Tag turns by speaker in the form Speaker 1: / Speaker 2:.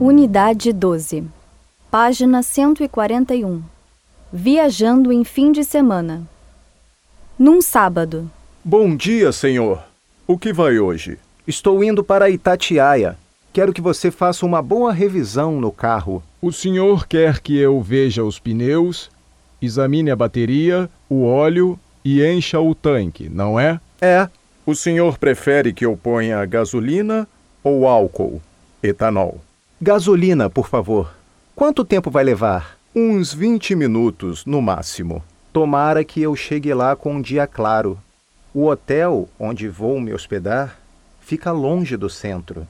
Speaker 1: Unidade 12. Página 141. Viajando em fim de semana. Num sábado,
Speaker 2: Bom dia, senhor. O que vai hoje?
Speaker 3: Estou indo para Itatiaia. Quero que você faça uma boa revisão no carro.
Speaker 4: O senhor quer que eu veja os pneus, examine a bateria, o óleo e encha o tanque, não é?
Speaker 3: É,
Speaker 2: O senhor prefere que eu ponha gasolina ou álcool? Etanol.
Speaker 3: gasolina, por favor. Quanto tempo vai levar?
Speaker 2: Uns 20 minutos no máximo.
Speaker 3: Tomara que eu chegue lá com um dia claro. O hotel onde vou me hospedar fica longe do centro.